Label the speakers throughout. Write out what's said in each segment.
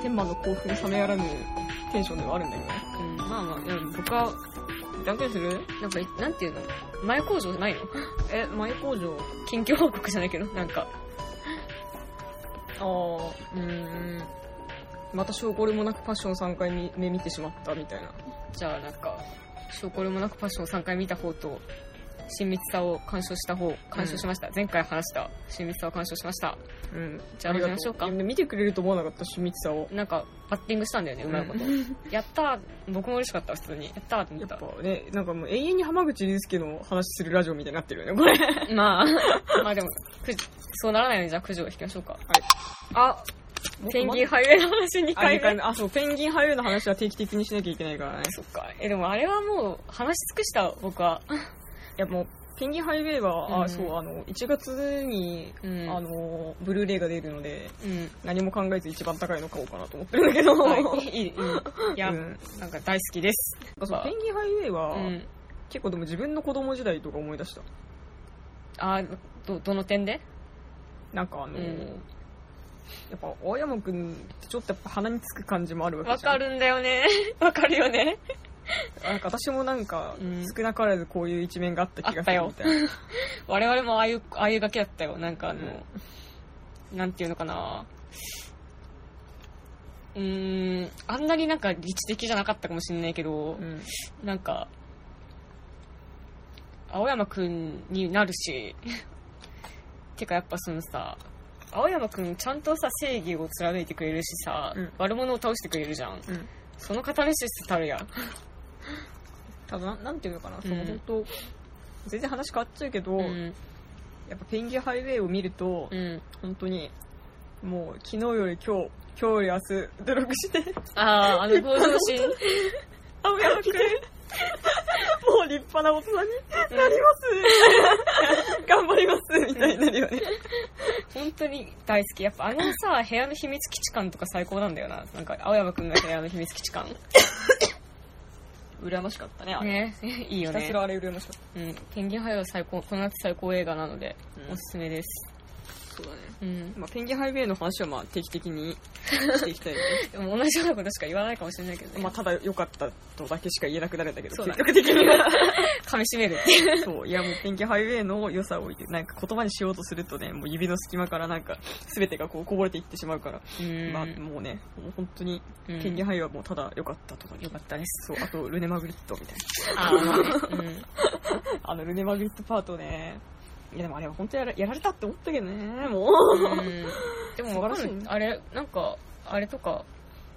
Speaker 1: 天満の興奮冷めやらぬテンションではあるんだけどね。
Speaker 2: うん、まあまあ、でも僕は、
Speaker 1: 断言する
Speaker 2: なんか、なんていうの前工場じゃないの
Speaker 1: え、前工場。
Speaker 2: 近況報告じゃないけど、なんか。
Speaker 1: あ
Speaker 2: うーん。
Speaker 1: あ、また証拠でもなくパッション3回見目見てしまったみたいな。
Speaker 2: じゃあなんか、証拠でもなくパッションを3回見た方と、親密さを鑑賞した方、鑑賞しました。前回話した、親密さを鑑賞しました。
Speaker 1: うん。
Speaker 2: じゃあ
Speaker 1: りがと
Speaker 2: 始めましょうか
Speaker 1: いや見てくれると思わなかったし、みつさを。
Speaker 2: なんか、バッティングしたんだよね、うまいこと。やったー僕も嬉しかった、普通に。やったーって思
Speaker 1: や
Speaker 2: っ。
Speaker 1: ったぱね、なんかもう永遠に浜口竜介の話するラジオみたいになってるよね、これ。
Speaker 2: まあ、 まあでも、くじそうならないように、じゃあ9時を引きましょうか。あ、ペンギンハイウェイの話2
Speaker 1: あ
Speaker 2: 回
Speaker 1: 二
Speaker 2: 目
Speaker 1: 回。目あ、そう、ペンギンハイウェイの話は定期的にしなきゃいけないからね。
Speaker 2: そっか。え、でもあれはもう、話し尽くした、僕は。
Speaker 1: いや、もう、ペンギンハイウェイは、
Speaker 2: うん
Speaker 1: あ、そう、あの、1月に、
Speaker 2: うん
Speaker 1: あの、ブルーレイが出るので、
Speaker 2: うん。
Speaker 1: 何も考えず一番高いの買おうかなと思ってるんだけど。
Speaker 2: はい、いい、いい。い や、
Speaker 1: うん
Speaker 2: なんか大好きです。
Speaker 1: そうペンギンハイウェイは、
Speaker 2: うん。
Speaker 1: 結構でも自分の子供時代とか思い出した。
Speaker 2: あー、ど、どの点で
Speaker 1: なんかあの、
Speaker 2: うん
Speaker 1: やっぱ、大山くんってちょっとやっぱ鼻につく感じもあるわけ
Speaker 2: わ
Speaker 1: じゃん。
Speaker 2: か。るんだよ ね。わかるよね。
Speaker 1: なんか私もなんか、
Speaker 2: うん
Speaker 1: 少なからずこういう一面があった気がするみたいな。
Speaker 2: 我々もああいう、ああいうガキだったよ。なんかあの、なんていうのかな。うーん、あんなになんか理知的じゃなかったかもしれないけど、
Speaker 1: うん
Speaker 2: なんか、青山くんになるし、 てかやっぱそのさ、青山くんちゃんとさ、正義を貫いてくれるしさ、
Speaker 1: うん
Speaker 2: 悪者を倒してくれるじゃん。
Speaker 1: うん
Speaker 2: その片飯してたるやん。
Speaker 1: ただな、なんていうのかな、そうの
Speaker 2: ん
Speaker 1: 本当、全然話変わっちゃうけど、
Speaker 2: うん。
Speaker 1: やっぱペンギンハイウェイを見ると、
Speaker 2: うん。
Speaker 1: 本当に、もう昨日より今日、今日より明日、努力して、
Speaker 2: ああ、あの合同心。
Speaker 1: 青山くん、もう立派な大人になります、 頑張りますみたいになるよね。
Speaker 2: 本当に大好き。やっぱあのさ、部屋の秘密基地感とか最高なんだよな。なんか、青山くんが部屋の秘密基地感。
Speaker 1: 羨ましかったね、あれ。
Speaker 2: ね。 いいよ
Speaker 1: ひた
Speaker 2: ね
Speaker 1: す。らあれ羨ましかっ
Speaker 2: うん。ペンギンハイは最高、この夏最高映画なので、
Speaker 1: うん
Speaker 2: おすすめです。
Speaker 1: た。そうだね。
Speaker 2: うん。
Speaker 1: まあ、ペンギンハイウェイの話はまあ定期的 にしていきたいよね。
Speaker 2: でも同じようなことしか言わないかもしれないけどね。
Speaker 1: まあ、ただ良かったとだけしか言えなくなるんだけど、
Speaker 2: そう だ
Speaker 1: 究極的には。
Speaker 2: 噛み締めるっていう。
Speaker 1: そう、いやもうペンキハイウェイの良さをなんか言葉にしようとするとね、もう指の隙間からなんか全てがこうこぼれていってしまうから、
Speaker 2: うん
Speaker 1: まあもうね、もう本当に
Speaker 2: うん
Speaker 1: ペンキハイはもうただ良かったとか、良かったです。そう、あとルネマグリットみたい
Speaker 2: あーまあねうん
Speaker 1: な。あのルネマグリットパートね、いやでもあれは本当やらやられたって思ったけどね、もう。
Speaker 2: でもわか
Speaker 1: 素晴
Speaker 2: る
Speaker 1: らしい
Speaker 2: あれなんかあれとか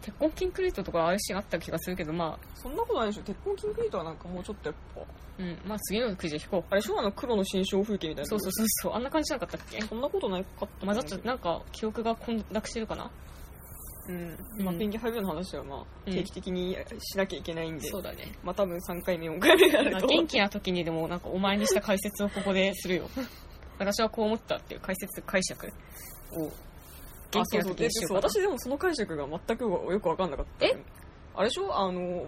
Speaker 2: 鉄痕キンクリートとかああいうシーンあった気がするけどまあ
Speaker 1: そんなことないでしょ、鉄鋼キンクリートはなんかもうちょっとやっぱ、
Speaker 2: うんまあ次のくじ引こ
Speaker 1: あれ昭和の黒の新象風景みたいうな。
Speaker 2: そうそうそうそうあんな感じじゃなかったっけ
Speaker 1: そんなことないかった
Speaker 2: 混ざっちゃったなんか記憶が混濁してるかな
Speaker 1: うん。まあ、ペンギンハイウェイの話はまあ、
Speaker 2: うん
Speaker 1: 定期的にしなきゃいけないんで、
Speaker 2: そうだ ね
Speaker 1: まあ多分3回目、4回目やる
Speaker 2: まあ
Speaker 1: と。
Speaker 2: 元気な時にでもなんかお前にした解説をここでするよ私はこう思ったっていう解説解釈を元気な時にしようかな
Speaker 1: 私でもその解釈が全くよく分かんなかった
Speaker 2: え
Speaker 1: あれでしょあの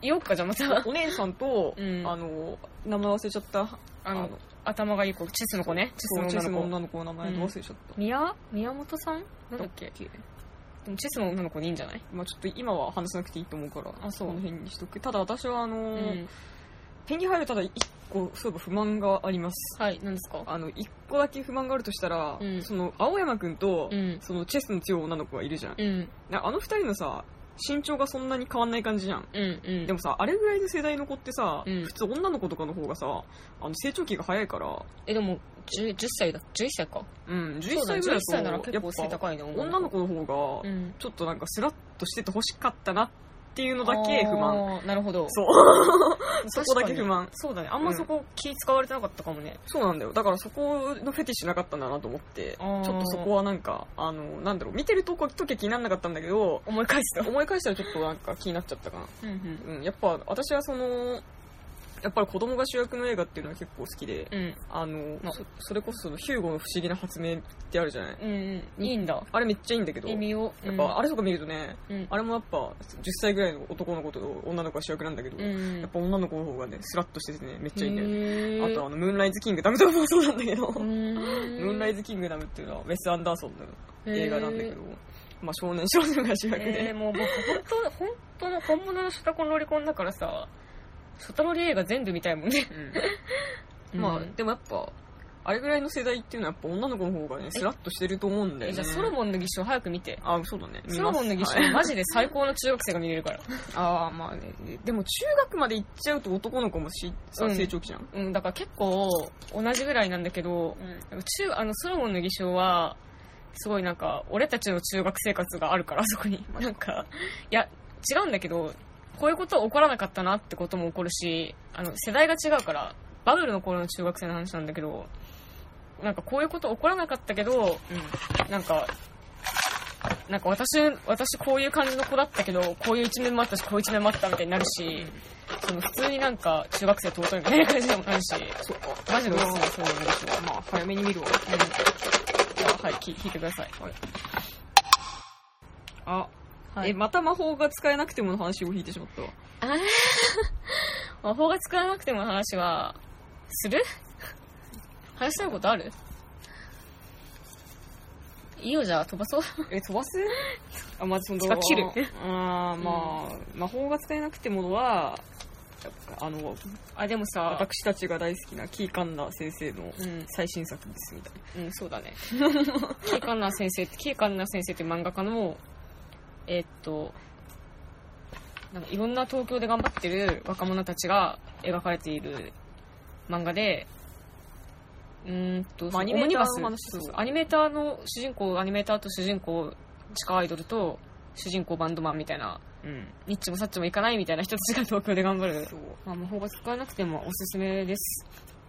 Speaker 2: 言おうかじゃあまた
Speaker 1: お姉さんと、
Speaker 2: うん
Speaker 1: あの名前忘れちゃった
Speaker 2: あの頭がいい子チェスの子ねチ
Speaker 1: そうチ
Speaker 2: ェ
Speaker 1: ェ
Speaker 2: ス
Speaker 1: ス
Speaker 2: の
Speaker 1: の
Speaker 2: 女の子
Speaker 1: 女の子の名前
Speaker 2: うん
Speaker 1: 忘れちゃった、
Speaker 2: 宮宮本さんなんだ
Speaker 1: だ
Speaker 2: っ
Speaker 1: っ
Speaker 2: けでもチェスの女の子でいいんじゃない
Speaker 1: まあ、ちょっと今は話さなくていいと思うから
Speaker 2: あそう
Speaker 1: この辺にしとくただ私はあの、
Speaker 2: うん
Speaker 1: ペンギン入るただ1個そういえば不満があります
Speaker 2: はい、何ですか
Speaker 1: あの1個だけ不満があるとしたら、
Speaker 2: うん
Speaker 1: その青山くんと、
Speaker 2: うん。
Speaker 1: そのチェスの強い女の子がいるじゃん、
Speaker 2: うん、
Speaker 1: なあの2人のさ身長がそんなに変わんない感じじゃん
Speaker 2: うん、うん。
Speaker 1: でもさ、あれぐらいの世代の子ってさ、
Speaker 2: うん
Speaker 1: 普通女の子とかの方がさ、あの成長期が早いから、
Speaker 2: え、でも、10, 10歳だ、11歳か。
Speaker 1: うん、11
Speaker 2: そ
Speaker 1: 歳ぐら
Speaker 2: うだね
Speaker 1: い
Speaker 2: 11
Speaker 1: だ
Speaker 2: 歳なら
Speaker 1: と
Speaker 2: 結構背
Speaker 1: やっぱ
Speaker 2: 高いね、
Speaker 1: 女の子の方
Speaker 2: う
Speaker 1: が、
Speaker 2: ん。
Speaker 1: ちょっとなんかスラッとしてて欲しかったなっていうのだけ不満。
Speaker 2: あー。なるほど。
Speaker 1: そう。そこだけ不満。
Speaker 2: そうだね。あんまそこ気使われてなかったかもね。
Speaker 1: そうなんだよ。だからそこのフェティッシュなかったんだなと思って、ち
Speaker 2: あ
Speaker 1: ょ
Speaker 2: ー
Speaker 1: っとそこはなんか、あの、なんだろう、見てるとこ、時気になんなかったんだけど、
Speaker 2: 思い返すと。
Speaker 1: 思い返したらちょっとなんか気になっちゃったかな。
Speaker 2: うん、うん。
Speaker 1: うん、やっぱ私はその、やっぱり子供が主役の映画っていうのは結構好きで、
Speaker 2: うん、
Speaker 1: あの
Speaker 2: まあ
Speaker 1: そそれこそそのヒューゴの不思議な発明ってあるじゃない
Speaker 2: うん、うん。いいんだ。
Speaker 1: あれめっちゃいいんだけど
Speaker 2: 意
Speaker 1: や
Speaker 2: 味を。
Speaker 1: っぱあれとか見るとね、
Speaker 2: うん
Speaker 1: あれもやっぱ10歳ぐらいの男の子と女の子が主役なんだけど、
Speaker 2: うん、うん。
Speaker 1: やっぱ女の子の方がねスラッとしててねめっちゃいいんだよね
Speaker 2: へ
Speaker 1: あ
Speaker 2: ー
Speaker 1: とあのムーンライズキングダムとかもそうなんだけど、
Speaker 2: うーん
Speaker 1: ムーンライズキングダムっていうのはウェス・アンダーソンの映画なんだけど、まあ、少年少女が主役
Speaker 2: えー、
Speaker 1: で。
Speaker 2: もう僕本当本当の本物のショタコンロリコンだからさショタロリ映画全部見たいもんね、
Speaker 1: うんまあ、でもやっぱ、あれぐらいの世代っていうのはやっぱ女の子の方がね、スラッとしてると思うんだよ
Speaker 2: え
Speaker 1: ね。
Speaker 2: じゃあソロモンの儀式早く見て
Speaker 1: あ、そうだね。
Speaker 2: ソロモンの儀式
Speaker 1: はい
Speaker 2: マジで最高の中学生が見れるから
Speaker 1: ああ、まあね。でも中学まで行っちゃうと男の子もしさ、
Speaker 2: うん
Speaker 1: 成長期じゃん。
Speaker 2: うんだから結構同じぐらいなんだけど中あのソロモンの偽証はすごいなんか俺たちの中学生活があるから あそこになんかいや違うんだけどこういうこと起こらなかったなってことも起こるしあの世代が違うからバブルの頃の中学生の話なんだけどなんかこういうこと起こらなかったけどなんかなんか私私こういう感じの子だったけどこういう一面もあったしこういう一面もあったみたいになるしその普通になんか中学生尊いみたいな感じでもあるし
Speaker 1: そうか。
Speaker 2: マジでおすすめ
Speaker 1: そうなんですよ。まあ、早めに見るわ。
Speaker 2: じゃあはい聞いてください
Speaker 1: あ、
Speaker 2: は
Speaker 1: え、
Speaker 2: い、
Speaker 1: また魔法が使えなくてもの話を引いてしまったわ。
Speaker 2: 魔法が使わなくても話は、する 話したいことあるいいよ、じゃあ飛ばそう。
Speaker 1: え、飛ばすあ、まずその、
Speaker 2: つか切る
Speaker 1: あーまあ、魔法が使えなくてものは、あの、
Speaker 2: あ、でもさ、
Speaker 1: 私たちが大好きなキーカンナ先生の
Speaker 2: うん、
Speaker 1: 最新作ですみたいな。
Speaker 2: うん、そう だね。キーカンナー先生って、キーカンナー先生って漫画家の、えーっと、なんかいろんな東京で頑張ってる若者たちが描かれている漫画で、うーんと、
Speaker 1: まあ
Speaker 2: そ
Speaker 1: アニメーターの
Speaker 2: オムニバ
Speaker 1: 話
Speaker 2: ス
Speaker 1: そうそう
Speaker 2: そうアニメーターの主人公、アニメーターと主人公、地下アイドルと主人公バンドマンみたいな、
Speaker 1: うん。
Speaker 2: ニッチもサッチもいかないみたいな人たちが東京で頑張る。
Speaker 1: そう。
Speaker 2: まあ、魔法が使わなくてもおすすめです。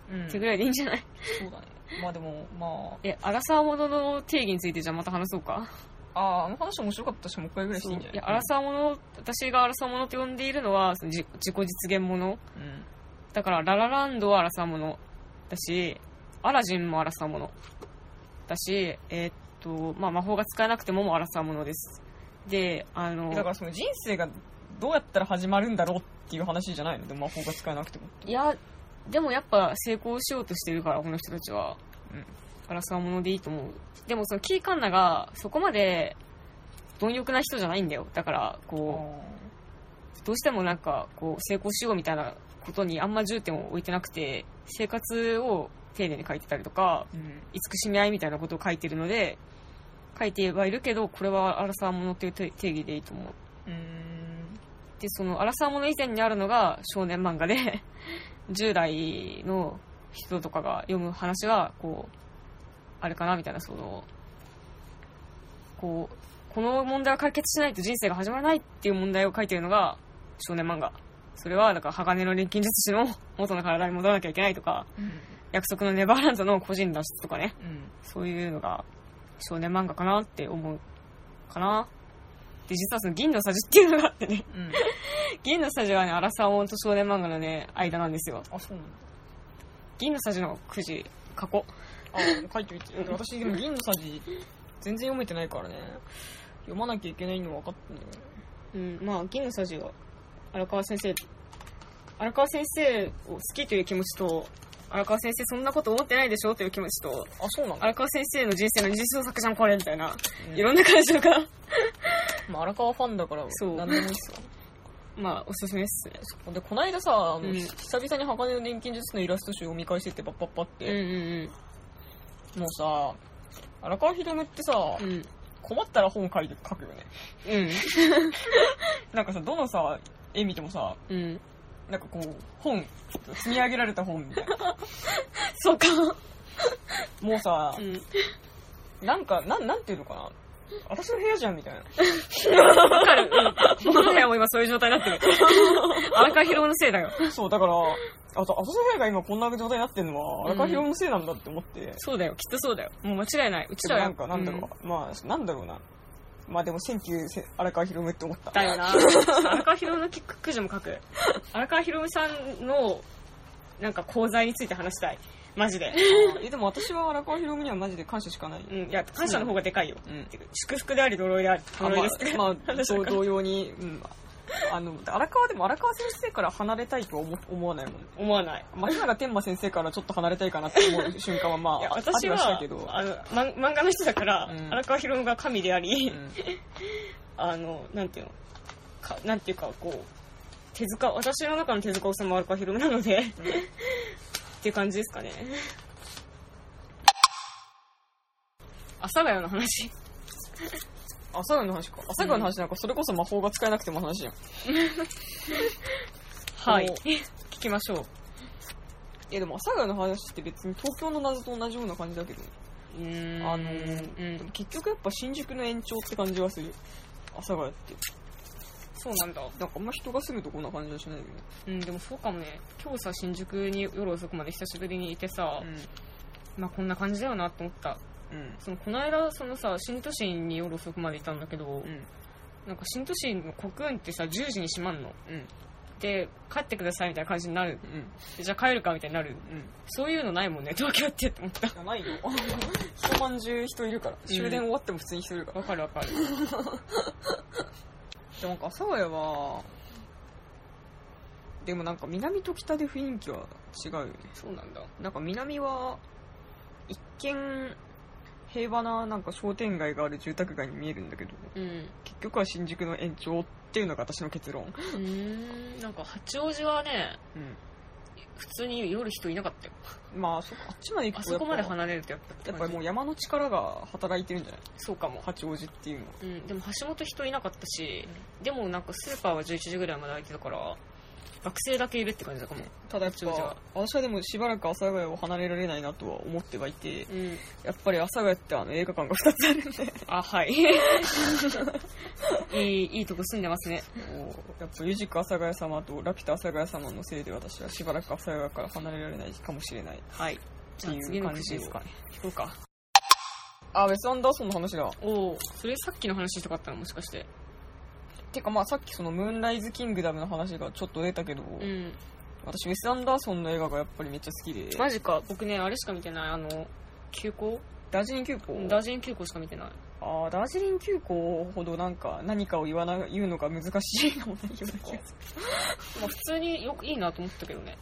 Speaker 1: うん。
Speaker 2: って
Speaker 1: そう
Speaker 2: ぐらいでいいんじゃない
Speaker 1: だね。まあでも、ま
Speaker 2: え、アラサーものの定義についてじゃあまた話そうか。
Speaker 1: あ、あーあの話面白かったし、もう一回ぐらいしていいんじゃない
Speaker 2: いや、アラサーもの、私がアラサーものって呼んでいるのは、その自自己実現もの。
Speaker 1: うん。
Speaker 2: だから、ララランドはアラサーものだし、アラジンもアラサーものだし、えーっと、まあ、魔法が使えなくてももうアラサーものです。で、あの、
Speaker 1: だからその人生がどうやったら始まるんだろうっていう話じゃないのでも魔法が使えなくても
Speaker 2: いや、でもやっぱ成功しようとしてるから、この人たちは。
Speaker 1: うん。
Speaker 2: アラサーものでいいと思う。でもそのキーカンナが、そこまで、貪欲な人じゃないんだよ。だから、こう、どうしてもなんかこう成功しようみたいなことにあんま重点を置いてなくて生活を丁寧に書いてたりとか
Speaker 1: うん
Speaker 2: 慈しみ合いみたいなことを書いてるので書いてはいるけどこれはアラサーものという定定義でいいと思う
Speaker 1: うん
Speaker 2: でそのアラサーもの以前にあるのが少年漫画で 10代の人とかが読む話はこうあれかなみたいなそのこうこの問題を解決しないと人生が始まらないっていう問題を書いてるのが少年漫画それはなんか鋼の錬金術師の元の体に戻らなきゃいけないとか約束のネバーランドの個人脱出とかね
Speaker 1: うん
Speaker 2: そういうのが少年漫画かなって思うかなで実はその銀のさじっていうのがあってね
Speaker 1: うん
Speaker 2: 銀のサジはね、アラサーモンと少年漫画のね、間なんですよ。
Speaker 1: あそうなんだ
Speaker 2: 銀のサジのくじ、過去。
Speaker 1: あ書いてみて私でも銀のさじ全然読めてないからね読まなきゃいけないの分かってんだよね
Speaker 2: うん、まあ、銀のサジは、荒川先生、荒川先生を好きという気持ちと、荒川先生そんなこと思ってないでしょという気持ちと、
Speaker 1: あそうなんだ
Speaker 2: 荒川先生の人生の二次創作じゃん、これみたいな、
Speaker 1: うん
Speaker 2: いろんな感情が、
Speaker 1: まあ荒川ファンだから
Speaker 2: そう
Speaker 1: 何でもいいっすわ
Speaker 2: まあ、おすすめですね。
Speaker 1: そうでこないださあ
Speaker 2: う
Speaker 1: の
Speaker 2: ん
Speaker 1: 久々に鋼の錬金術のイラスト集を見返してってパッパッパっ
Speaker 2: うん
Speaker 1: てもうさ荒川秀夢ってさ
Speaker 2: うんうん。うん。
Speaker 1: 困ったら本書いて書くよね
Speaker 2: うん。
Speaker 1: なんかさどのさ絵見てもさ
Speaker 2: うん。
Speaker 1: なんかこう、本、積み上げられた本みたいな。
Speaker 2: そうか。
Speaker 1: もうさ
Speaker 2: う、ん。
Speaker 1: なんか、なん、なんていうのかな。私の部屋じゃんみたいな。
Speaker 2: わかる。うん。僕の部屋も今そういう状態になっ てる。荒川博夫のせいだよ。
Speaker 1: そう、だから、あと、私の部屋が今こんな状態になってるのは、
Speaker 2: うん
Speaker 1: 荒川博のせいなんだって思って。
Speaker 2: そうだよ、きっとそうだよ。もう間違いない。うち
Speaker 1: で
Speaker 2: ら
Speaker 1: も
Speaker 2: は
Speaker 1: なんか、なんだろ
Speaker 2: うん
Speaker 1: う、まあ、なんだろうな。まあでも、センキュー、荒川博って思った。
Speaker 2: だよな。荒川博のくじも書く。荒川博さんの、なんか講座について話したい。マジで。
Speaker 1: え、でも私は荒川博にはマジで感謝しかない。
Speaker 2: うん、いや、感謝の方がでかいよ。
Speaker 1: うん。
Speaker 2: 祝福であり、呪いであり、
Speaker 1: あ
Speaker 2: 呪いですけど。
Speaker 1: まあ、まあ、
Speaker 2: 話しよ
Speaker 1: そうう
Speaker 2: か
Speaker 1: 同様に、うん、あの、荒川でも荒川先生から離れたいとは思思わないもん。
Speaker 2: 思わない。
Speaker 1: 松永天馬先生からちょっと離れたいかなって思う瞬間はま
Speaker 2: いや
Speaker 1: あ、
Speaker 2: 私
Speaker 1: ありまし
Speaker 2: は
Speaker 1: たけど。
Speaker 2: あの、ま、漫画の人だから、
Speaker 1: うん
Speaker 2: 荒川博が神であり、
Speaker 1: うん
Speaker 2: あの、なんていうの、かなんていうか、こう、手塚、私の中の手塚治虫は荒川博なので、っていう感じですかね。阿佐ヶ谷の話。
Speaker 1: 阿佐ヶ谷の話か。阿佐ヶ谷の話なんかそれこそ魔法が使えなくても話じゃん。
Speaker 2: はい
Speaker 1: お。
Speaker 2: 聞きましょう。
Speaker 1: いやでも阿佐ヶ谷の話って別に東京の謎と同じような感じだけど、
Speaker 2: うーん
Speaker 1: あのー、でも結局やっぱ新宿の延長って感じはする。阿佐ヶ谷って。
Speaker 2: そうなんだ。
Speaker 1: なんかあんま人が住むとこんな感じはしないよね。
Speaker 2: うん、でもそうかもね。今日さ、新宿に夜遅くまで久しぶりにいてさ、まあこんな感じだよなと思った。
Speaker 1: うん。うん。
Speaker 2: そのこの間、そのさ、新都心に夜遅くまでいたんだけど、
Speaker 1: うん。
Speaker 2: なんか新都心の国運ってさ、10時に閉まんの。
Speaker 1: うん。
Speaker 2: で、帰ってくださいみたいな感じになる。
Speaker 1: うん。
Speaker 2: でじゃあ帰るかみたいになる。
Speaker 1: うん。
Speaker 2: そういうのないもんね、東京ってって思った。
Speaker 1: じゃないよ。一晩中人いるから。終電終わっても普通に人いるから。
Speaker 2: わかるわかる。
Speaker 1: でもなんか阿佐ヶ谷は、でもなんか南と北で雰囲気は違うよね。
Speaker 2: そうなんだ。
Speaker 1: なんか南は、一見、平和ななんか商店街がある住宅街に見えるんだけど、
Speaker 2: うん。
Speaker 1: 結局は新宿の延長っていうのが私の結論。
Speaker 2: うん。なんか八王子はね、
Speaker 1: う
Speaker 2: 普通に夜人いなかったよ。
Speaker 1: ん。まあ、そっかあっちまで行
Speaker 2: あ
Speaker 1: くと
Speaker 2: そこまで
Speaker 1: やっぱ
Speaker 2: 離れるとやっぱ。
Speaker 1: やっぱりもう山の力が働いてるんじゃない
Speaker 2: そうかも。
Speaker 1: 八王子っていうのは。
Speaker 2: うん、でも橋本人いなかったし、でもなんかスーパーは11時ぐらいまで開いてたから、学生だけいるって感じだかも。
Speaker 1: ただやっ
Speaker 2: 八王子は
Speaker 1: ぱ、私はでもしばらく阿佐ヶ谷を離れられないなとは思ってはいて、
Speaker 2: うん。
Speaker 1: やっぱり阿佐ヶ谷ってあの映画館が2つあるんで、
Speaker 2: あ、 はい。いい、いいとこ住んでますね。
Speaker 1: こう やっぱユジク阿佐ヶ谷様とラピュタ阿佐ヶ谷様のせいで私はしばらく阿佐ヶ谷から離れられないかもしれない。
Speaker 2: はい。じゃあ
Speaker 1: っていう
Speaker 2: 次の
Speaker 1: 感
Speaker 2: く
Speaker 1: じ
Speaker 2: じですかね。聞こうか。
Speaker 1: あ、ウェス・アンダーソンの話だ。
Speaker 2: おお、それさっきの話したかったのもしかして。
Speaker 1: てかまあさっきそのムーンライズ・キングダムの話がちょっと出たけど、
Speaker 2: うん。
Speaker 1: 私ウェス・アンダーソンの映画がやっぱりめっちゃ好きで、
Speaker 2: マジか。僕ね、あれしか見てない。あの、急行
Speaker 1: ダージリン急行。
Speaker 2: ダージリン急行しか見てない。
Speaker 1: あーダージリン急行ほどなんか何かを言わな言うのが難しいかもないような気がす る。
Speaker 2: まあ普通によくいいなと思ったけどね。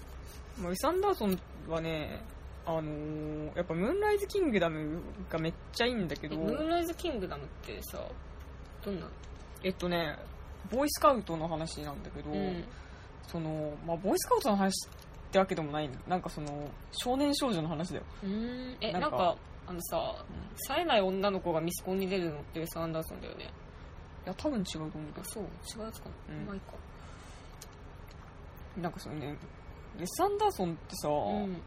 Speaker 1: まあウェス・アンダーソンはね、あのーやっぱムーンライズ・キングダムがめっちゃいいんだけ
Speaker 2: え
Speaker 1: ど、
Speaker 2: ムーンライズキングダムってさ、どんな
Speaker 1: えっとね、ボーイスカウトの話なんだけど、
Speaker 2: うん。
Speaker 1: その、まあ、ボーイスカウトの話ってわけでもない、なんかその、少年少女の話だよ。
Speaker 2: うーん。え、
Speaker 1: なん
Speaker 2: な
Speaker 1: か
Speaker 2: んか、あのさ、冴えない女の子がミスコンに出るのってウェス・アンダーソンだよね。
Speaker 1: いや、多分違うと思うけ
Speaker 2: あ、そう。違うやつかな。
Speaker 1: うん
Speaker 2: まあいいか。
Speaker 1: ど、なんかそのね、ウェス・アンダーソンってさ、
Speaker 2: うん。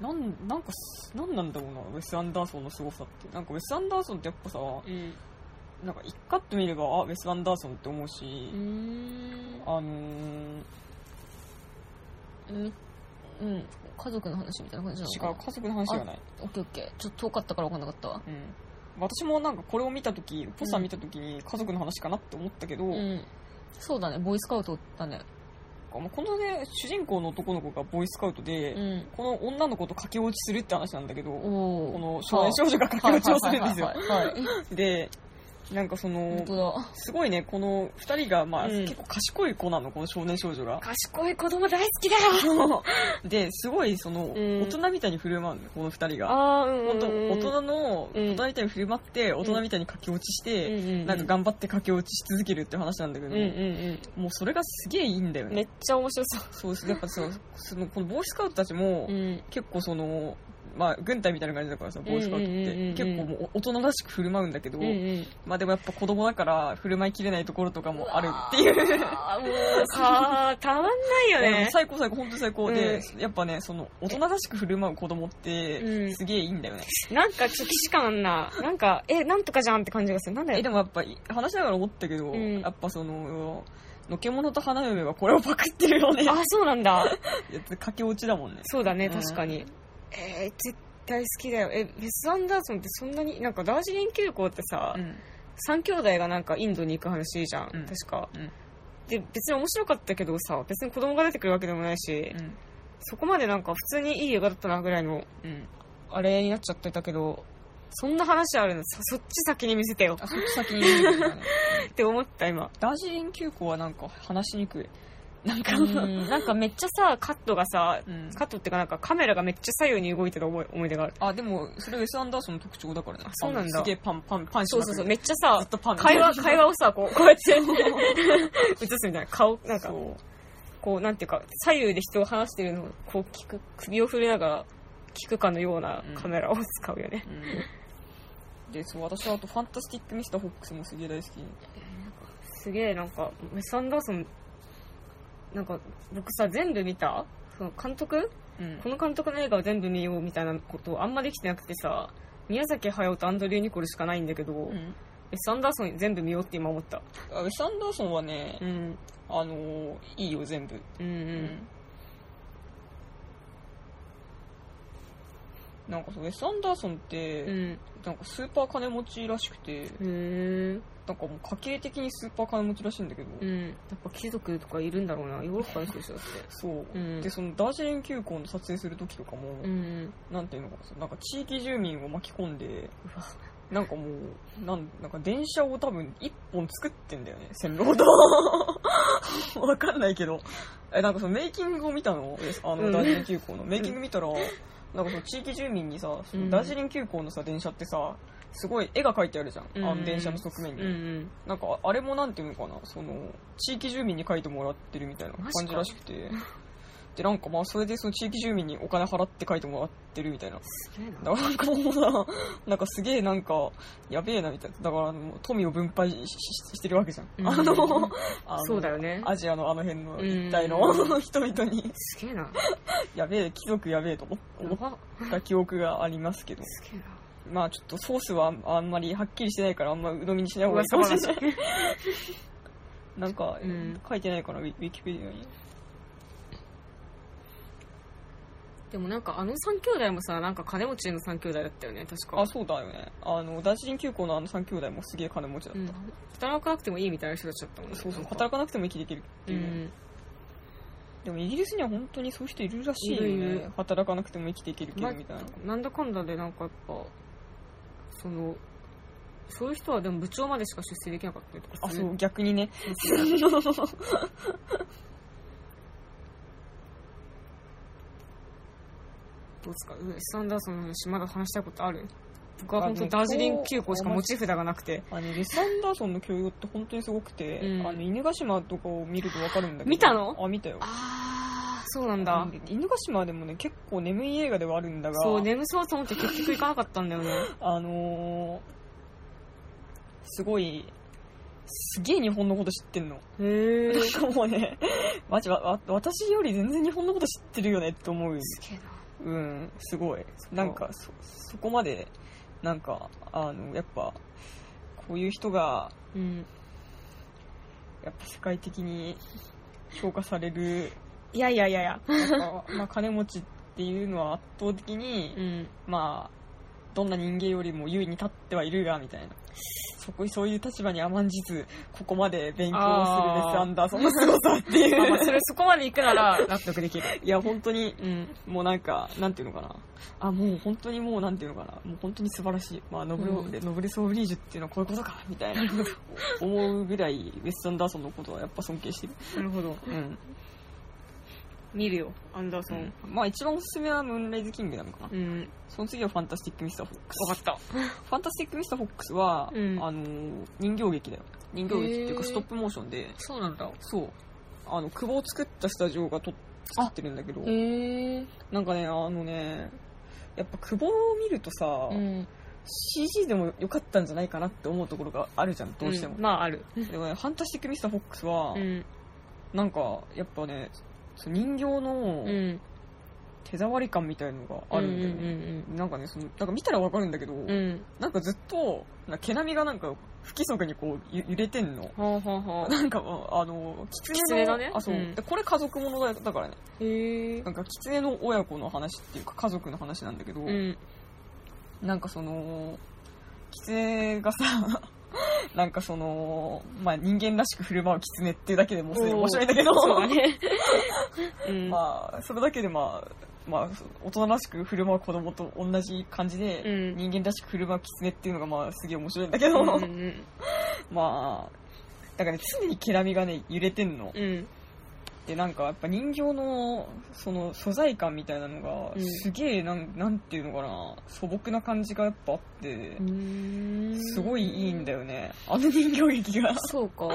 Speaker 1: なん、なんかす、なんなんだろうな、ウェス・アンダーソンの凄さって。なんかウェス・アンダーソンってやっぱさ、
Speaker 2: うん。
Speaker 1: なんか一カット見れば、あ、ウェス・アンダーソンって思うし
Speaker 2: う、ーん。
Speaker 1: あのー、
Speaker 2: みうん、家族の話みたいな感じ
Speaker 1: 違
Speaker 2: なの
Speaker 1: う、
Speaker 2: か
Speaker 1: 家族の話じゃない。
Speaker 2: なオッケーオッケーちょっと遠かったから分かんなかったわ
Speaker 1: うん私もなんかこれを見た時ポスター見た時に家族の話かなって思ったけど、
Speaker 2: うんそうだねボーイスカウトだね
Speaker 1: このこのね主人公の男の子がボーイスカウトで、
Speaker 2: うん
Speaker 1: この女の子と駆け落ちするって話なんだけど、
Speaker 2: おお
Speaker 1: この少年少女が駆け落ちをするんですよ
Speaker 2: はいはいはいはいはい
Speaker 1: でなんかそ
Speaker 2: 本
Speaker 1: の
Speaker 2: 当だ
Speaker 1: すごいねこの2人が、まあ
Speaker 2: うん
Speaker 1: 結構賢い子なのこの少年少女が
Speaker 2: 賢い子供大好きだよ
Speaker 1: ですごいその、
Speaker 2: ん
Speaker 1: 大人みたいに振る舞うのこの2人が
Speaker 2: ああうん
Speaker 1: 本当大人の、
Speaker 2: うん
Speaker 1: 大人みたいに振る舞って大人みたいに駆け落ちして、なんか頑張って駆け落ちし続けるって話なんだけ
Speaker 2: う
Speaker 1: ど、
Speaker 2: んうん
Speaker 1: もうそれがすげえいいんだよ
Speaker 2: うんめ
Speaker 1: ね。
Speaker 2: っちゃ面白そ
Speaker 1: そうです。やっぱそう、その、このボーイスカウトたちも
Speaker 2: う、ん
Speaker 1: 結構その、まあ、軍隊みたいな感じだからさ、ボーイスカウトっ
Speaker 2: うんうんうんうん
Speaker 1: て。結構もう大人らしく振る舞うんだけど
Speaker 2: うん、うん
Speaker 1: まあでもやっぱ子供だから振る舞いきれないところとかもあるっていう。
Speaker 2: あーもうさあたまんないよ
Speaker 1: でも
Speaker 2: ね
Speaker 1: 最高最高、本当に最高で、やっぱね、その、大人らしく振る舞う子供っ
Speaker 2: う
Speaker 1: て、
Speaker 2: ん
Speaker 1: すげえいいんだよ ね。
Speaker 2: なんかちょっと既視感あんななんかえなんとかじゃんって感じがするなんだ
Speaker 1: え、
Speaker 2: よ
Speaker 1: でもやっぱ、話しながら思ったけど、
Speaker 2: うん
Speaker 1: やっぱその、のけものと花嫁はこれをパクってるよね。
Speaker 2: あそうなんだ
Speaker 1: やつ駆け落ちだもんね。
Speaker 2: そうだね、
Speaker 1: うん
Speaker 2: 確かに。えー、絶対好きだよ。え、ベス・アンダーソンってそんなに、なんかダージリン急行ってさ、
Speaker 1: ん。
Speaker 2: 三兄弟がなんかインドに行く話じゃん、
Speaker 1: うん
Speaker 2: 確か、
Speaker 1: うん
Speaker 2: で、別に面白かったけどさ、別に子供が出てくるわけでもないし、
Speaker 1: うん。
Speaker 2: そこまでなんか普通にいい映画だったなぐらいの、
Speaker 1: うん。
Speaker 2: あれになっちゃってたけど、そんな話あるのそそっち先に見せてよ
Speaker 1: あ、そっち先に言うんだね。
Speaker 2: って思った今
Speaker 1: ダージリン急行はなんか話しにくい。なんか、
Speaker 2: なんかめっちゃさカットがさ、
Speaker 1: うん
Speaker 2: カットっていうかなんかカメラがめっちゃ左右に動いてた思い思い出がある
Speaker 1: あ、でも、それウェス・アンダーソンの特徴だからね。
Speaker 2: そうなんだ
Speaker 1: あのすげえパン、パン、パンし
Speaker 2: そう
Speaker 1: ま
Speaker 2: そう
Speaker 1: く
Speaker 2: そう
Speaker 1: る
Speaker 2: めっちゃ
Speaker 1: ずっ
Speaker 2: さ
Speaker 1: とパン。
Speaker 2: 会話会話をさ こうこうやって映すみたいな顔なんか
Speaker 1: そう
Speaker 2: こうなんていうか左右で人を話してるのをこう聞く首を振りながら聞くかのようなカメラを使うよね、
Speaker 1: うんで、そう、私はあと、ファンタスティック・ミスター・ホックスもすげえ大好き。
Speaker 2: すげえなんかウェス・アンダーソンなんか僕さ全部見たその監督
Speaker 1: うん
Speaker 2: この監督の映画を全部見ようみたいなことをあんまできてなくてさ宮崎駿とアンドリュー・ニコルしかないんだけど、ウ
Speaker 1: う
Speaker 2: ェ
Speaker 1: ん
Speaker 2: ス・アンダーソン全部見ようって今思った
Speaker 1: あウェス・アンダーソンはね
Speaker 2: う、ん
Speaker 1: あのー、いいよ、全部。
Speaker 2: うんうん
Speaker 1: なんかそうウェス・アンダーソンっ
Speaker 2: う
Speaker 1: て、
Speaker 2: ん
Speaker 1: なんかスーパー金持ちらしくて、
Speaker 2: うん
Speaker 1: なんかもう家系的にスーパー金持ちらしいんだけど、
Speaker 2: うんやっぱ貴族とかいるんだろうなヨーロッパの人でしょだって
Speaker 1: そう、
Speaker 2: うん
Speaker 1: でそのダージリン急行の撮影する時とかも、
Speaker 2: うん
Speaker 1: なんていうのかなそうなんか地域住民を巻き込んで
Speaker 2: うわ
Speaker 1: なんかもうなんなんか電車を多分一本作ってんだよね線路ご とわかんないけどえなんかそのメイキングを見たのあの、
Speaker 2: うん
Speaker 1: ダージリン急行のメイキング見たら、なんかその地域住民にさ、その
Speaker 2: うん
Speaker 1: ダージリン急行のさ電車ってさすごい絵が描いてあるじゃん、あ
Speaker 2: うん
Speaker 1: の電車の側面
Speaker 2: うん
Speaker 1: に、
Speaker 2: うん
Speaker 1: なんかあれもなんていうのかなその地域住民に書いてもらってるみたいな
Speaker 2: マ
Speaker 1: 感
Speaker 2: ジか
Speaker 1: じらしくてでなんかまあそれでその地域住民にお金払って書いてもらってるみたいな
Speaker 2: すげえな
Speaker 1: だからなんかもうななんかすげえなんかやべえなみたいなだからもう富を分配しししてるわけじゃん、
Speaker 2: うん
Speaker 1: あのあの
Speaker 2: そうだよね
Speaker 1: アジアのあの辺の一帯の
Speaker 2: う
Speaker 1: 人々に
Speaker 2: すげえな
Speaker 1: やべえ貴族やべえと思
Speaker 2: や
Speaker 1: 思っ
Speaker 2: ば
Speaker 1: た記憶がありますけど
Speaker 2: すげえな
Speaker 1: まあちょっとソースはあんまりはっきりしてないからあんま鵜呑みにしない方がいいかもしれないなんか、
Speaker 2: うん
Speaker 1: 書いてないかな、ウィウィキペディアに。
Speaker 2: でもなんかあの三兄弟もさなんか金持ちの三兄弟だったよね確か
Speaker 1: あ、そうだよね。あの、ダージリン急行のあの3兄弟もすげえ金持ちだっ
Speaker 2: う
Speaker 1: た。
Speaker 2: ん、働かなくてもいいみたいな人たちだったもんね
Speaker 1: そうそう、
Speaker 2: なんか
Speaker 1: 働かなくても生きていけるって
Speaker 2: う
Speaker 1: いうね、
Speaker 2: ん
Speaker 1: でもイギリスには本当にそういう人いるらしいよね。
Speaker 2: いるいる
Speaker 1: 働かなくても生きていけるけ
Speaker 2: ま
Speaker 1: どみたいな。
Speaker 2: なんだかんだでなんかやっぱそのそういう人はでも部長までしか出世できなかったりとか
Speaker 1: あ、
Speaker 2: す
Speaker 1: そ
Speaker 2: る
Speaker 1: う、逆にね。
Speaker 2: どうですかウエス・アンダーソンの話まだ話したいことある僕は
Speaker 1: あ
Speaker 2: 本当
Speaker 1: ね
Speaker 2: ダージリン急行しか持ち札がなくて
Speaker 1: あの、レス・アンダーソンの教養って本当にすごくて、
Speaker 2: うん
Speaker 1: あの、犬ヶ島とかを見るとわかるんだけど。
Speaker 2: 見たの
Speaker 1: あ、見たよ。
Speaker 2: ああそうなんだ
Speaker 1: あの犬ヶ島でもね、結構眠い映画ではあるんだが、
Speaker 2: そう眠そうと思って結局行かなかったんだよね
Speaker 1: あのー、すごい、すげえ日本のこと知ってんの。
Speaker 2: へえ
Speaker 1: なんかもうね、 マジわ、わ私より全然日本のこと知ってるよねって思う。
Speaker 2: すげえな
Speaker 1: うん、すごい。なんか、そ、そこまで、なんか、あの、やっぱ、こういう人が、
Speaker 2: うん
Speaker 1: やっぱ世界的に評価される、
Speaker 2: いやいやいやいや
Speaker 1: なんか まあ、金持ちっていうのは圧倒的に、
Speaker 2: うん
Speaker 1: まあ、どんな人間よりも優位に立ってはいるが、みたいな。そこ、そういう立場に甘んじず、ここまで勉強をする
Speaker 2: あ
Speaker 1: レ
Speaker 2: ー
Speaker 1: ス・アンダーソンの凄さってい
Speaker 2: あ
Speaker 1: う
Speaker 2: まあ。それそこまで行くなら 納得できる
Speaker 1: いや、本当に、
Speaker 2: うん
Speaker 1: もうなんか、なんていうのかな。あ、もう本当にもうなんていうのかな。もう本当に素晴らしい。まあ、ノブレ、
Speaker 2: う
Speaker 1: ノブレス・オブリージュっていうのはこういうことか、み たいな。思うぐらい、ウェス・アンダーソンのことはやっぱ尊敬してる。
Speaker 2: なるほど
Speaker 1: うん。
Speaker 2: 見るよアンダーソ
Speaker 1: う
Speaker 2: ン
Speaker 1: ん、まあ、一番おすすめはムーンライズ・キングダムかな。
Speaker 2: うん分
Speaker 1: その次はファンタスティック・ミスター・フォックス。
Speaker 2: かった
Speaker 1: ファンタスティック・ミスター・フォックスは、
Speaker 2: うん
Speaker 1: あのー、人形劇だよ。人形劇っていう
Speaker 2: へー
Speaker 1: か、ストップモーションで、
Speaker 2: そうなんだ
Speaker 1: そう。あの、久保を作ったスタジオがと作ってるんだけど、
Speaker 2: へえ
Speaker 1: なんかね、あのね、やっぱ久保を見るとさ、
Speaker 2: うん
Speaker 1: CG でも良かったんじゃないかなって思うところがあるじゃん、どうしても。
Speaker 2: んまあある
Speaker 1: でもね、ファンタスティック・ミスター・フォックスは、
Speaker 2: うん
Speaker 1: なんか、やっぱね、その人形の
Speaker 2: うん
Speaker 1: 手触り感みたいのがあるんだよね。
Speaker 2: うん
Speaker 1: なんかね、その、なんか見たらわかるんだけど、
Speaker 2: うんうんうん
Speaker 1: なんかずっと、なんか毛並みがなんか不規則にこうゆ揺れてんの。
Speaker 2: はあはあは
Speaker 1: なんかもう、あの、狐の、
Speaker 2: 狐だね
Speaker 1: あ、そう、
Speaker 2: うん
Speaker 1: でこれ家族ものだだからね。
Speaker 2: あへえ
Speaker 1: なんか狐の親子の話っていうか家族の話なんだけど、
Speaker 2: うん
Speaker 1: なんかその、狐がさ、 なんかその、まあ人間らしく振る舞う狐 っていうだけでもうすでに面白いんだけど、
Speaker 2: そうだねうん
Speaker 1: まあ、それだけでまあ、まあ、大人らしく振る舞う子供と同じ感じで、
Speaker 2: うん
Speaker 1: 人間らしく振る舞う狐っていうのが、まあ、すげえ面白いんだけど、
Speaker 2: うんうん
Speaker 1: まあ、だから、ね、常に毛並みがね、揺れてんの。
Speaker 2: うん
Speaker 1: で、なんか、やっぱ人形の、その、素材感みたいなのが、
Speaker 2: うん
Speaker 1: すげえ、なん、なんていうのかな、素朴な感じがやっぱあって
Speaker 2: う、ん
Speaker 1: すごいいいんだよね。あの人形劇 が。
Speaker 2: そうか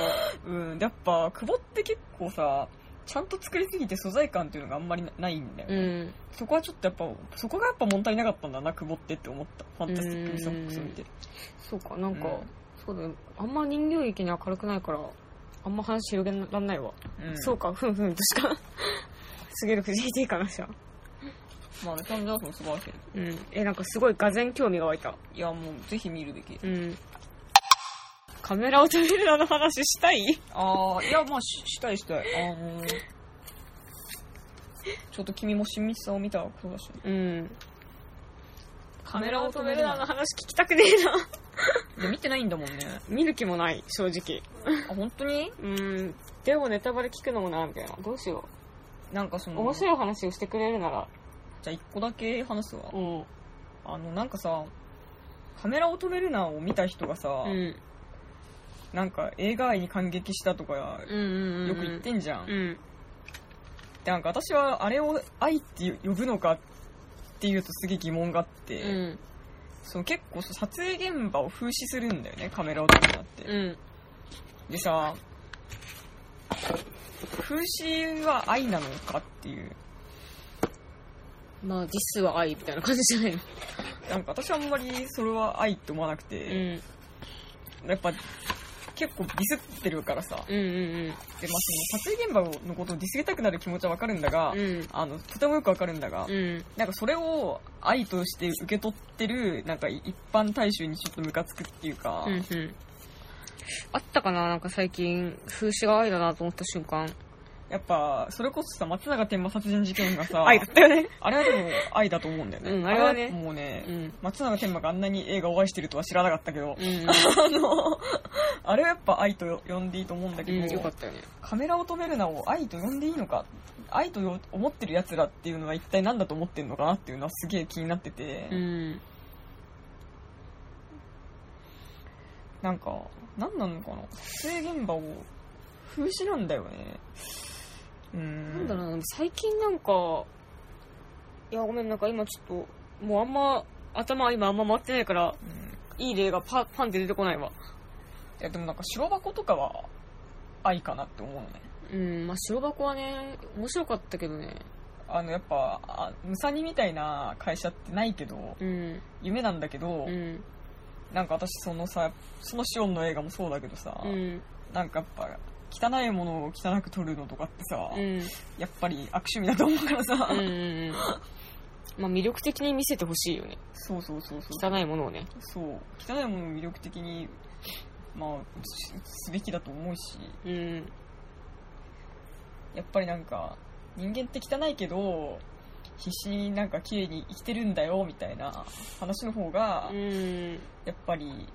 Speaker 1: うん、やっぱ、久保って結構さ、ちゃんと作りすぎて素材感っていうのがあんまりなないんだよ
Speaker 2: う
Speaker 1: ね、
Speaker 2: ん
Speaker 1: そこはちょっとやっぱ、そこがやっぱ物足りなかったんだな、久保ってって思った。ファンタスティック・ミス・ソックス見て。
Speaker 2: そうかなんか、
Speaker 1: うん
Speaker 2: そうだよあんま人形劇に明るくないからあんま話広げらんないわ、
Speaker 1: うん
Speaker 2: そうかふんふんとしかすげえくじいていいかなじゃあ
Speaker 1: まあ、ね、キャンダーソン素晴らしい。
Speaker 2: うんえなんかすごいがぜ興味が湧いた
Speaker 1: いや、もう、ぜひ見るべき。
Speaker 2: うんカメラオタビラの話したい
Speaker 1: ああ、いや、まあ、ししたいしたい。あのーちょっと君も親密さを見たことだし。
Speaker 2: うん
Speaker 1: カ
Speaker 2: カ
Speaker 1: メ
Speaker 2: メ
Speaker 1: ラ
Speaker 2: ラ
Speaker 1: オ
Speaker 2: オ
Speaker 1: タ
Speaker 2: タ
Speaker 1: ビ
Speaker 2: ビ
Speaker 1: ラ
Speaker 2: ラ
Speaker 1: の
Speaker 2: の話聞きたくねえな
Speaker 1: で、見てないんだもんね。
Speaker 2: 見る気もない正直
Speaker 1: あ、本当に
Speaker 2: うんでもネタバレ聞くのもなみたいなどうしよ、
Speaker 1: なんかそうの、
Speaker 2: 面白い話をしてくれるなら
Speaker 1: じゃあ一個だけ話すわ。
Speaker 2: うんう
Speaker 1: あの、なんかさ、カメラを止めるなを見た人がさ、
Speaker 2: ん
Speaker 1: なんか映画愛に感激したとか、よ
Speaker 2: うんうん
Speaker 1: く言ってんじゃん。
Speaker 2: うん
Speaker 1: で、なんか私はあれを愛って呼ぶのかっていうとすげえ疑問があって、
Speaker 2: うん
Speaker 1: その結構そう撮影現場を風刺するんだよね、カメラを止めるなって。
Speaker 2: うん
Speaker 1: でさ、風刺は愛なのかっていう。
Speaker 2: まあ実は愛みたいな感じじゃないの
Speaker 1: なんか私はあんまりそれは愛って思わなく
Speaker 2: う
Speaker 1: て、
Speaker 2: ん
Speaker 1: やっぱ結構ディスってるからさ。で、ま
Speaker 2: うんうん
Speaker 1: あその撮影現場のことをディスりたくなる気持ちはわかるんだが、
Speaker 2: うんうん
Speaker 1: あの、とてもよくわかるんだが、
Speaker 2: うん
Speaker 1: なんかそれを愛として受け取ってる、なんか一般大衆にちょっとムカつくっていうか、
Speaker 2: うんうんあったかななんか最近風刺が愛だなと思った瞬間
Speaker 1: やっぱ、それこそさ、松永天馬殺人事件がさ、
Speaker 2: たよね
Speaker 1: あれはでも愛だと思うんだよね。
Speaker 2: うんあれはね
Speaker 1: もうね、
Speaker 2: うん
Speaker 1: 松永天馬があんなに映画を愛してるとは知らなかったけど、
Speaker 2: うん
Speaker 1: あの、あれはやっぱ愛と呼んでいいと思うんだけ
Speaker 2: うん
Speaker 1: ど、
Speaker 2: よかったよね
Speaker 1: カメラを止めるなを愛と呼んでいいのか、愛と思ってる奴らっていうのは一体何だと思ってるのかなっていうのはすげえ気になってて、
Speaker 2: うん
Speaker 1: なんか、何なのかな撮影現場を風刺なんだよね。うーん。
Speaker 2: なんだろうな、最近なんか、いや、ごめん、なんか今ちょっと、もうあんま、頭今あんま回ってないから、
Speaker 1: うん。い
Speaker 2: いい例がパパンって出てこないわ。
Speaker 1: や、でもなんか白箱とかは愛かなって思うのね。
Speaker 2: うん、まあ、白箱はね、面白かったけどね。
Speaker 1: あの、やっぱ、あムサニみたいな会社ってないけど、
Speaker 2: うん、
Speaker 1: 夢なんだけど、
Speaker 2: うん、
Speaker 1: なんか私そのさ、そのシオンの映画もそうだけどさ、
Speaker 2: うん、
Speaker 1: なんかやっぱ、汚いものを汚く撮るのとかってさ、
Speaker 2: うん、
Speaker 1: やっぱり悪趣味だと思うからさ、
Speaker 2: うん、うん。まあ、魅力的に見せてほしいよね。
Speaker 1: そうそうそうそう。
Speaker 2: 汚いものをね。
Speaker 1: そう汚いものを魅力的にまあしすべきだと思うし
Speaker 2: うん、
Speaker 1: やっぱりなんか人間って汚いけど必死になんか綺麗に生きてるんだよみたいな話の方が
Speaker 2: うん。
Speaker 1: やっぱり理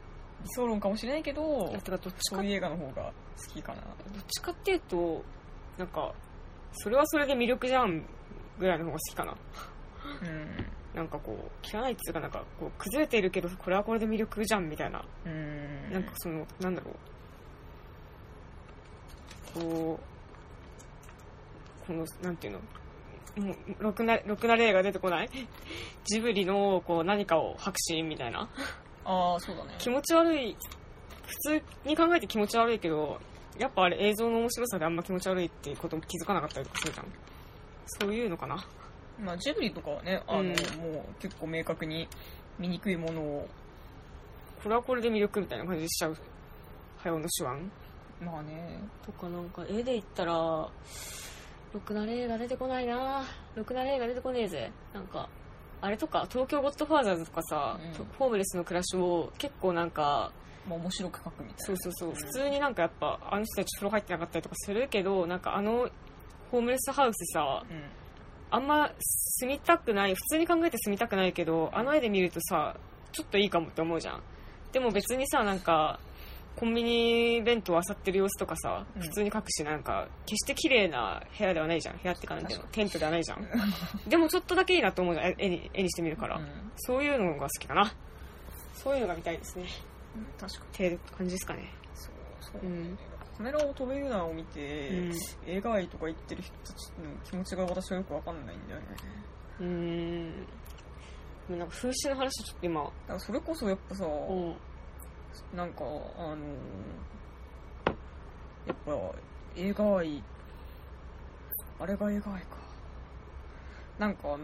Speaker 1: 想論かもしれないけど
Speaker 2: だからどっち
Speaker 1: そ
Speaker 2: か、
Speaker 1: う
Speaker 2: ど
Speaker 1: いう映画の方が好きかな
Speaker 2: っちかっていうと、なんか、それはそれで魅力じゃん、ぐらいの方が好きかな。
Speaker 1: う
Speaker 2: なんかこう汚いっつうかなんかこう崩れているけどこれはこれで魅力じゃんみたいな、
Speaker 1: んうん
Speaker 2: なんかそのなんだろうこうこのなんていうのもうろくなろくな例が出てこない ジブリのこう何かを白紙みたいな
Speaker 1: ああそうだね
Speaker 2: 気持ち悪い普通に考えて気持ち悪いけどやっぱあれ映像の面白さであんま気持ち悪いっていうことも気づかなかったりとかするじゃんそういうのかな
Speaker 1: まあ、ジブリとかはねあの、
Speaker 2: うん
Speaker 1: もう結構明確に醜いものを
Speaker 2: これはこれで魅力みたいな感じでしちゃう早尾の手腕
Speaker 1: まあね
Speaker 2: とかなんか絵で言ったらろくな例が出てこないなろくな例が出てこねえぜなんかあれとか東京ゴッドファーザーズとかさ、
Speaker 1: うん
Speaker 2: とホームレスの暮らしを結構なんか
Speaker 1: まあ面白く描くみたい
Speaker 2: そうそうそう
Speaker 1: うん
Speaker 2: 普通になんかやっぱあの人たち風呂入ってなかったりとかするけどなんかあのホームレスハウスさ
Speaker 1: なうん
Speaker 2: あんま住みたくない普通に考えて住みたくないけどあの絵で見るとさちょっといいかもって思うじゃんでも別にさなんかコンビニ弁当漁ってる様子とかさ、
Speaker 1: うん
Speaker 2: 普通に書くしなんか決して綺麗な部屋ではないじゃん部屋ってかなんていうのテントではないじゃん でもちょっとだけいいなと思うの絵絵に絵にしてみるから、
Speaker 1: うん
Speaker 2: そういうのが好きかなそういうのが見たいですね
Speaker 1: 確かに
Speaker 2: って感じですかね
Speaker 1: そうそう、
Speaker 2: うん
Speaker 1: カメラを止めるなを見て、
Speaker 2: うん
Speaker 1: 映画愛とか言ってる人たちの気持ちが私はよくわかんないんだよね
Speaker 2: うーんでもなんか風刺の話ちょっと今
Speaker 1: だからそれこそやっぱさ、
Speaker 2: うん
Speaker 1: なんかあのーやっぱ映画愛あれが映画愛かなんかあの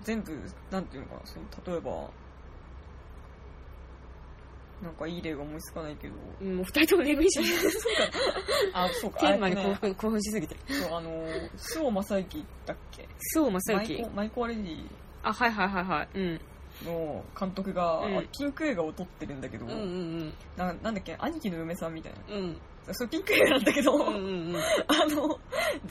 Speaker 1: 全部なんていうのかなその例えばなんかいい例が思いつかないけど
Speaker 2: もう二人とも眠いじゃん
Speaker 1: あそうか
Speaker 2: テーマに
Speaker 1: あ
Speaker 2: 興
Speaker 1: れね
Speaker 2: 奮興奮しすぎて
Speaker 1: そうあのー周防正行だっけ
Speaker 2: 周防正
Speaker 1: マ
Speaker 2: 行
Speaker 1: イコマイコアレディ
Speaker 2: あはいはいはいはいうん
Speaker 1: の監督が、
Speaker 2: うん
Speaker 1: あピンク映画を撮ってるんだけど、
Speaker 2: うんうん
Speaker 1: ななんだっけ兄貴の嫁さんみたいな
Speaker 2: うんうん
Speaker 1: そうピンク映画なんだけど、
Speaker 2: うんうんうん
Speaker 1: あの、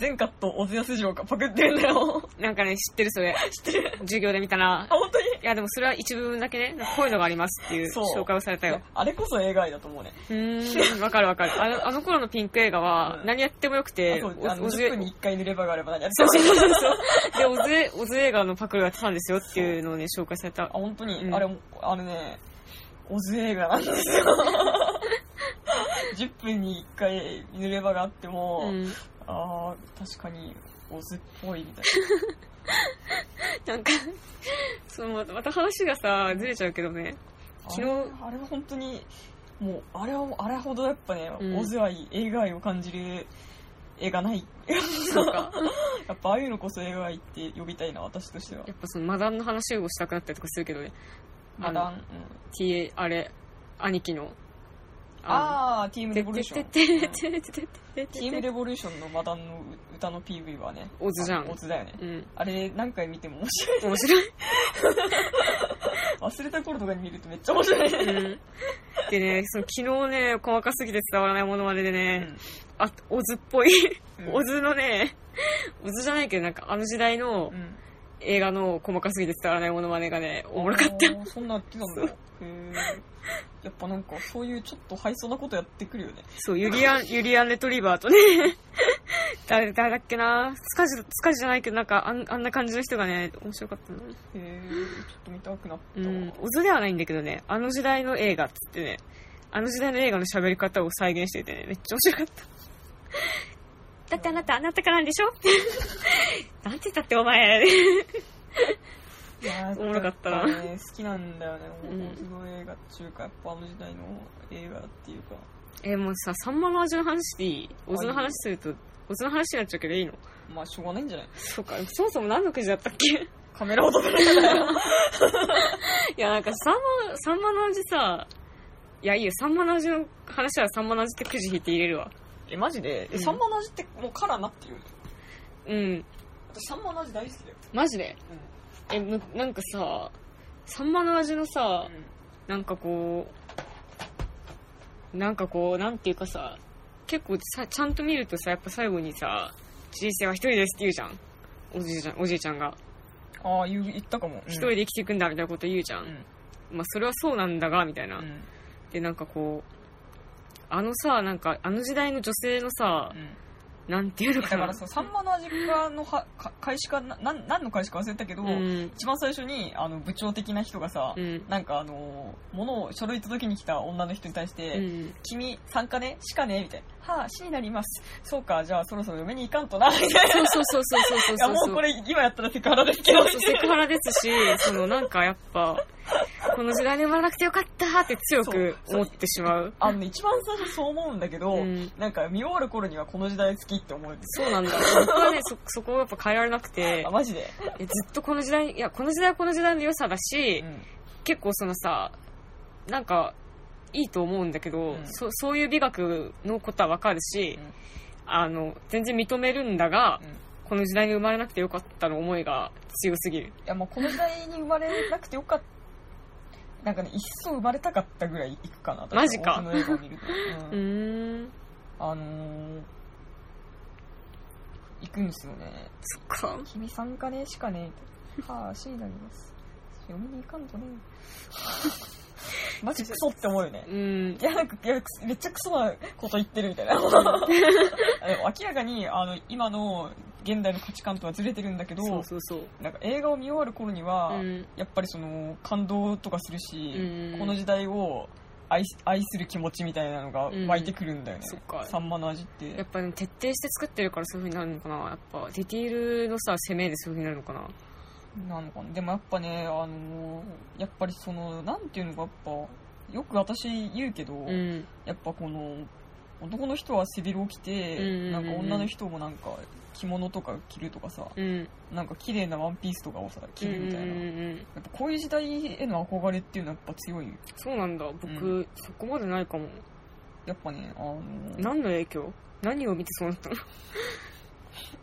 Speaker 1: 前カット、小津安二郎がパクってるんだ よ。
Speaker 2: なんかね、知ってるそれ。知ってる。授業で見たな
Speaker 1: あ、。本当に
Speaker 2: いや、でもそれは一部分だけね、なんかこういうのがありますっていう
Speaker 1: そう
Speaker 2: 紹介をされたよ。
Speaker 1: あれこそ映画愛だと思うね。
Speaker 2: うーん、わかるわかる。あの、あの頃のピンク映画は
Speaker 1: う、ん
Speaker 2: 何やってもよく
Speaker 1: あ
Speaker 2: て、
Speaker 1: と、あの、
Speaker 2: オズ
Speaker 1: 10
Speaker 2: エ
Speaker 1: 分に1回塗ればがあれば何やって
Speaker 2: そう
Speaker 1: も
Speaker 2: そうそうそう。で、オズエ、オズ映画のパクリをやってたんですよっていうのをね、紹介され
Speaker 1: あ、
Speaker 2: た。
Speaker 1: 本当に、
Speaker 2: うん
Speaker 1: あれ、あれね、小津映画なんです よ。10分に1回塗ればがあって
Speaker 2: う
Speaker 1: も、
Speaker 2: ん。
Speaker 1: あー、確かに、小津っぽいみたい
Speaker 2: なんか、その、また話がさ、ずれちゃうけどね。
Speaker 1: な。
Speaker 2: 昨日
Speaker 1: あれあれは本当に、もう、あれは、あれほどやっぱね、
Speaker 2: うん
Speaker 1: 小津愛、映画愛を感じる映画ない。
Speaker 2: そうか。
Speaker 1: やっぱああいうのこそ映画愛って呼びたいな、私としては。
Speaker 2: やっぱその、マダンの話をしたくなったりとかするけどね。
Speaker 1: マダン。うん
Speaker 2: T、あれ、兄貴の。の
Speaker 1: ああー、ティームレボリューション。うんティームレボリューションのマダンの歌の PV はね、
Speaker 2: オズじゃん
Speaker 1: オズだよね。
Speaker 2: うん。
Speaker 1: あれ何回見ても面白い。
Speaker 2: 面白い。
Speaker 1: 忘れた頃とかに見るとめっちゃ面白い。
Speaker 2: うん。でね、その昨日ね、細かすぎて伝わらないものまででね、あ、オズっぽい。
Speaker 1: うん
Speaker 2: オズのね、オズじゃないけど、なんかあの時代の
Speaker 1: うん。
Speaker 2: 映画の細かすぎて伝わらないものまねがね、おもろかった。
Speaker 1: た。そんなやってたんだ。へえ。やっぱなんかそういうちょっと敗走なことやってくるよね。
Speaker 2: そう、ユリアン、ユリアンレトリバーとね、誰、誰だっけなスカジ、スカジじゃないけど、なんかあんあんな感じの人がね、面白かったな。
Speaker 1: へえ。ちょっと見たくなった
Speaker 2: う
Speaker 1: わ。
Speaker 2: ん、オズではないんだけどね、あの時代の映画っつってね、あの時代の映画の喋り方を再現しててね、めっちゃ面白かった。だってあなた、あなたからなんでしょ なんて言ったってお 前。
Speaker 1: いやー
Speaker 2: おもろかったな
Speaker 1: やぱね好きなんだよね。
Speaker 2: うん
Speaker 1: もうすごい映画っていうか、やっぱあの時代の映画っていうか。
Speaker 2: え、もうさ、サンマの味の話でいいオズの話すると、オズの話になっちゃうけどいいの
Speaker 1: まあしょうがないんじゃない
Speaker 2: そうか、そもそも何のくじだったっけい
Speaker 1: カメラを撮る。
Speaker 2: や、なんかサンマ、サンマの味さ、いや、いいよ、サンマの味の話はサンマの味ってくじ引いて入れるわ。
Speaker 1: え、マジで、
Speaker 2: う
Speaker 1: え、
Speaker 2: ん
Speaker 1: サンマの味ってもうカラーなっていうの
Speaker 2: うん、
Speaker 1: 私サンマの味大好きだよ。
Speaker 2: マジで。え、むなんかさ、サンマの味のさ、なんかこう、なんかこう、なんていうかさ、結構さ、ちゃんと見るとさ、やっぱ最後にさ、人生は一人ですって言うじゃん。おじいちゃん、おじいちゃんが。
Speaker 1: ああ、言う言ったかも。
Speaker 2: 一人で生きていくんだみたいなこと言うじゃん。
Speaker 1: うん
Speaker 2: まあ、それはそうなんだが、みたいな。
Speaker 1: うん
Speaker 2: で、なんかこう、あのさ、なんか、あの時代の女性のさ、なんていうの
Speaker 1: だ
Speaker 2: か
Speaker 1: か
Speaker 2: な。
Speaker 1: らさ、サンマの味かのは か開始かな、なん何の開始か忘れたけど、
Speaker 2: うん。
Speaker 1: 一番最初にあの部長的な人がさ、
Speaker 2: うん。
Speaker 1: なんかあのー物を書類届けに来た女の人に対して、
Speaker 2: うん。
Speaker 1: 君、参加ねしかねみたいな。はあ、死になります。そうか、じゃあそろそろ嫁に行かんとな、みたいな。 い
Speaker 2: そうそうそうそうそうそう
Speaker 1: や、
Speaker 2: そう。
Speaker 1: もうこれ今やったらセクハラですけど、
Speaker 2: そうセクハラですし、そのなんかやっぱ、この時代に生まれなくてよかったって強く思ってしまう。
Speaker 1: あのね、一番最初そう思うんだけど、
Speaker 2: うん
Speaker 1: なんか見終わる頃にはこの時代好きって思うんです
Speaker 2: そうなんだ。僕はね、そ、そこをやっぱ変えられなくて
Speaker 1: あ、、マジで。
Speaker 2: いやずっとこの時代、いや、この時代はこの時代の良さだし、
Speaker 1: うん
Speaker 2: 結構そのさ、なんか、いいと思うんだけど、
Speaker 1: うん
Speaker 2: そそういう美学のことはわかるし、
Speaker 1: うん
Speaker 2: あの、全然認めるんだが、
Speaker 1: うん
Speaker 2: この時代に生まれなくてよかったの思いが強すぎる。
Speaker 1: いやもうこの時代に生まれなくてよかったなんかね一層生まれたかったぐらいいくかな
Speaker 2: マジか
Speaker 1: この映画を見ると、
Speaker 2: う
Speaker 1: うん
Speaker 2: ーん、
Speaker 1: あのー、行くんですよね
Speaker 2: そっか。
Speaker 1: 「君参加ねし かね」はあ死になります読みに行かんとねマジクソって思うよね。
Speaker 2: うん
Speaker 1: い。や、なんか、いや、くすめっちゃクソなこと言ってるみたい な。でも明らかに、あの、今の現代の価値観とはずれてるんだけど、
Speaker 2: そうそうそう。
Speaker 1: なんか映画を見終わる頃には、
Speaker 2: うん。
Speaker 1: やっぱりその、感動とかするし、
Speaker 2: うん
Speaker 1: この時代を愛し愛する気持ちみたいなのが
Speaker 2: うん
Speaker 1: 湧いてくるんだよね。
Speaker 2: そっか
Speaker 1: サンマの味って。
Speaker 2: やっぱね、徹底して作ってるからそういう風になるのかな。やっぱ、ディティールのさ、攻めでそういう風になるのかな。
Speaker 1: なのかなでもやっぱね、あのーやっぱりその、なんていうのか、やっぱ、よく私言うけど、
Speaker 2: うん。
Speaker 1: やっぱこの、男の人は背広を着て、
Speaker 2: うんうん
Speaker 1: な
Speaker 2: うんん
Speaker 1: か女の人もなんか着物とか着るとかさ、
Speaker 2: うん。
Speaker 1: なんか綺麗なワンピースとかをさ、着るみたいな。
Speaker 2: うんう
Speaker 1: や
Speaker 2: んうんうん。
Speaker 1: っぱこういう時代への憧れっていうのはやっぱ強いよ。
Speaker 2: そうなんだ。僕、
Speaker 1: う
Speaker 2: そこまでないかも。
Speaker 1: やっぱね、あのー、
Speaker 2: 何の影響何を見てそうなったの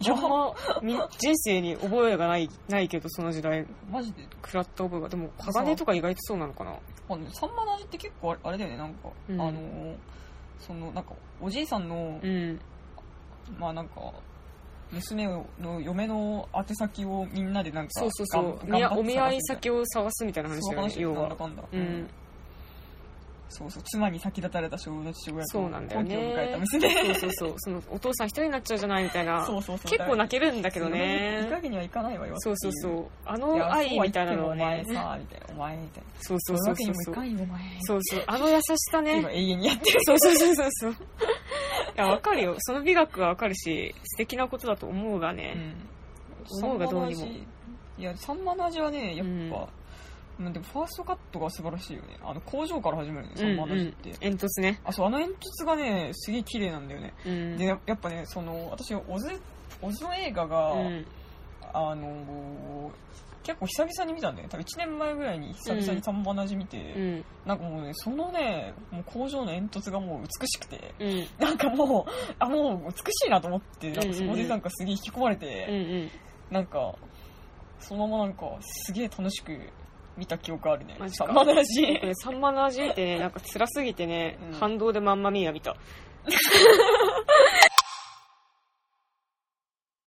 Speaker 1: いや
Speaker 2: あんまみ人生に覚えがない、ないけど、その時代、
Speaker 1: マジで、やっ
Speaker 2: 食らった覚えが。でも、鋼とか意外とそうなのかな。
Speaker 1: ぱね、サンマの味って結構あれあれだよね、なんか、
Speaker 2: うん
Speaker 1: あのー、その、なんか、おじいさんの
Speaker 2: う、ん。
Speaker 1: まあなんか、娘の嫁の宛先をみんなでなんか
Speaker 2: そうそうそう。
Speaker 1: がん
Speaker 2: みや
Speaker 1: 頑張
Speaker 2: お
Speaker 1: って探すみた
Speaker 2: 見合
Speaker 1: い
Speaker 2: い
Speaker 1: な
Speaker 2: 先を探すみたいな話
Speaker 1: そう
Speaker 2: だよね、
Speaker 1: いう
Speaker 2: 要
Speaker 1: 話なん
Speaker 2: は
Speaker 1: だ。かんだ、
Speaker 2: うん。
Speaker 1: そうそう妻に先立たれた少女父親と
Speaker 2: そうなんだよ
Speaker 1: 婚期
Speaker 2: ね
Speaker 1: を迎えた娘
Speaker 2: そうそうそう。その、お父さん一人になっちゃうじゃないみたいな。
Speaker 1: そうそうそう
Speaker 2: 結構泣けるんだけど
Speaker 1: いい加
Speaker 2: ね。
Speaker 1: 減にはいかないわよって
Speaker 2: そ
Speaker 1: いう
Speaker 2: そうそう。あ
Speaker 1: い
Speaker 2: の
Speaker 1: や
Speaker 2: 愛みたいなのはね
Speaker 1: そ。うは言ってもお前さみたいな
Speaker 2: そうそ
Speaker 1: お前みたいな
Speaker 2: うそう
Speaker 1: わけにもい
Speaker 2: そう
Speaker 1: か。んよお前
Speaker 2: そうそう。あの優しさね。
Speaker 1: 今永遠にやってる
Speaker 2: そうそうそうそうそう。いや、わかるよ。その美学はわかるし、素敵なことだと思うが
Speaker 1: う
Speaker 2: ね。
Speaker 1: ん
Speaker 2: 思うがどうにも
Speaker 1: サンマの味いやサンマの味はねやっぱ、うんでもファーストカットが素晴らしいよねあの工場から始まるねサンマの味って、
Speaker 2: 煙突ね。
Speaker 1: あそうあの煙突がねすげえ綺麗なんだよね、
Speaker 2: うん。
Speaker 1: でややっぱねその私オズオズの映画が、
Speaker 2: うん。
Speaker 1: あの結構久々に見たんだよ多分1年前ぐらいに久々にサンバナジ見て、
Speaker 2: うん。
Speaker 1: なんかもうねそのねもう工場の煙突がもう美しくて
Speaker 2: うん。うん。
Speaker 1: なんかもうあもう美しいなと思ってなんかそこ
Speaker 2: うんうんう
Speaker 1: で
Speaker 2: ん
Speaker 1: なんかすげえ引き込まれて、
Speaker 2: うん。
Speaker 1: なんかそのままなんかすげえ楽しく見た記憶あるね
Speaker 2: マジ
Speaker 1: サ
Speaker 2: か
Speaker 1: ンバナジ
Speaker 2: 僕ね、サンマの味見てね、なんか辛すぎてね
Speaker 1: うん、
Speaker 2: 反動でまんまミーヤ見た。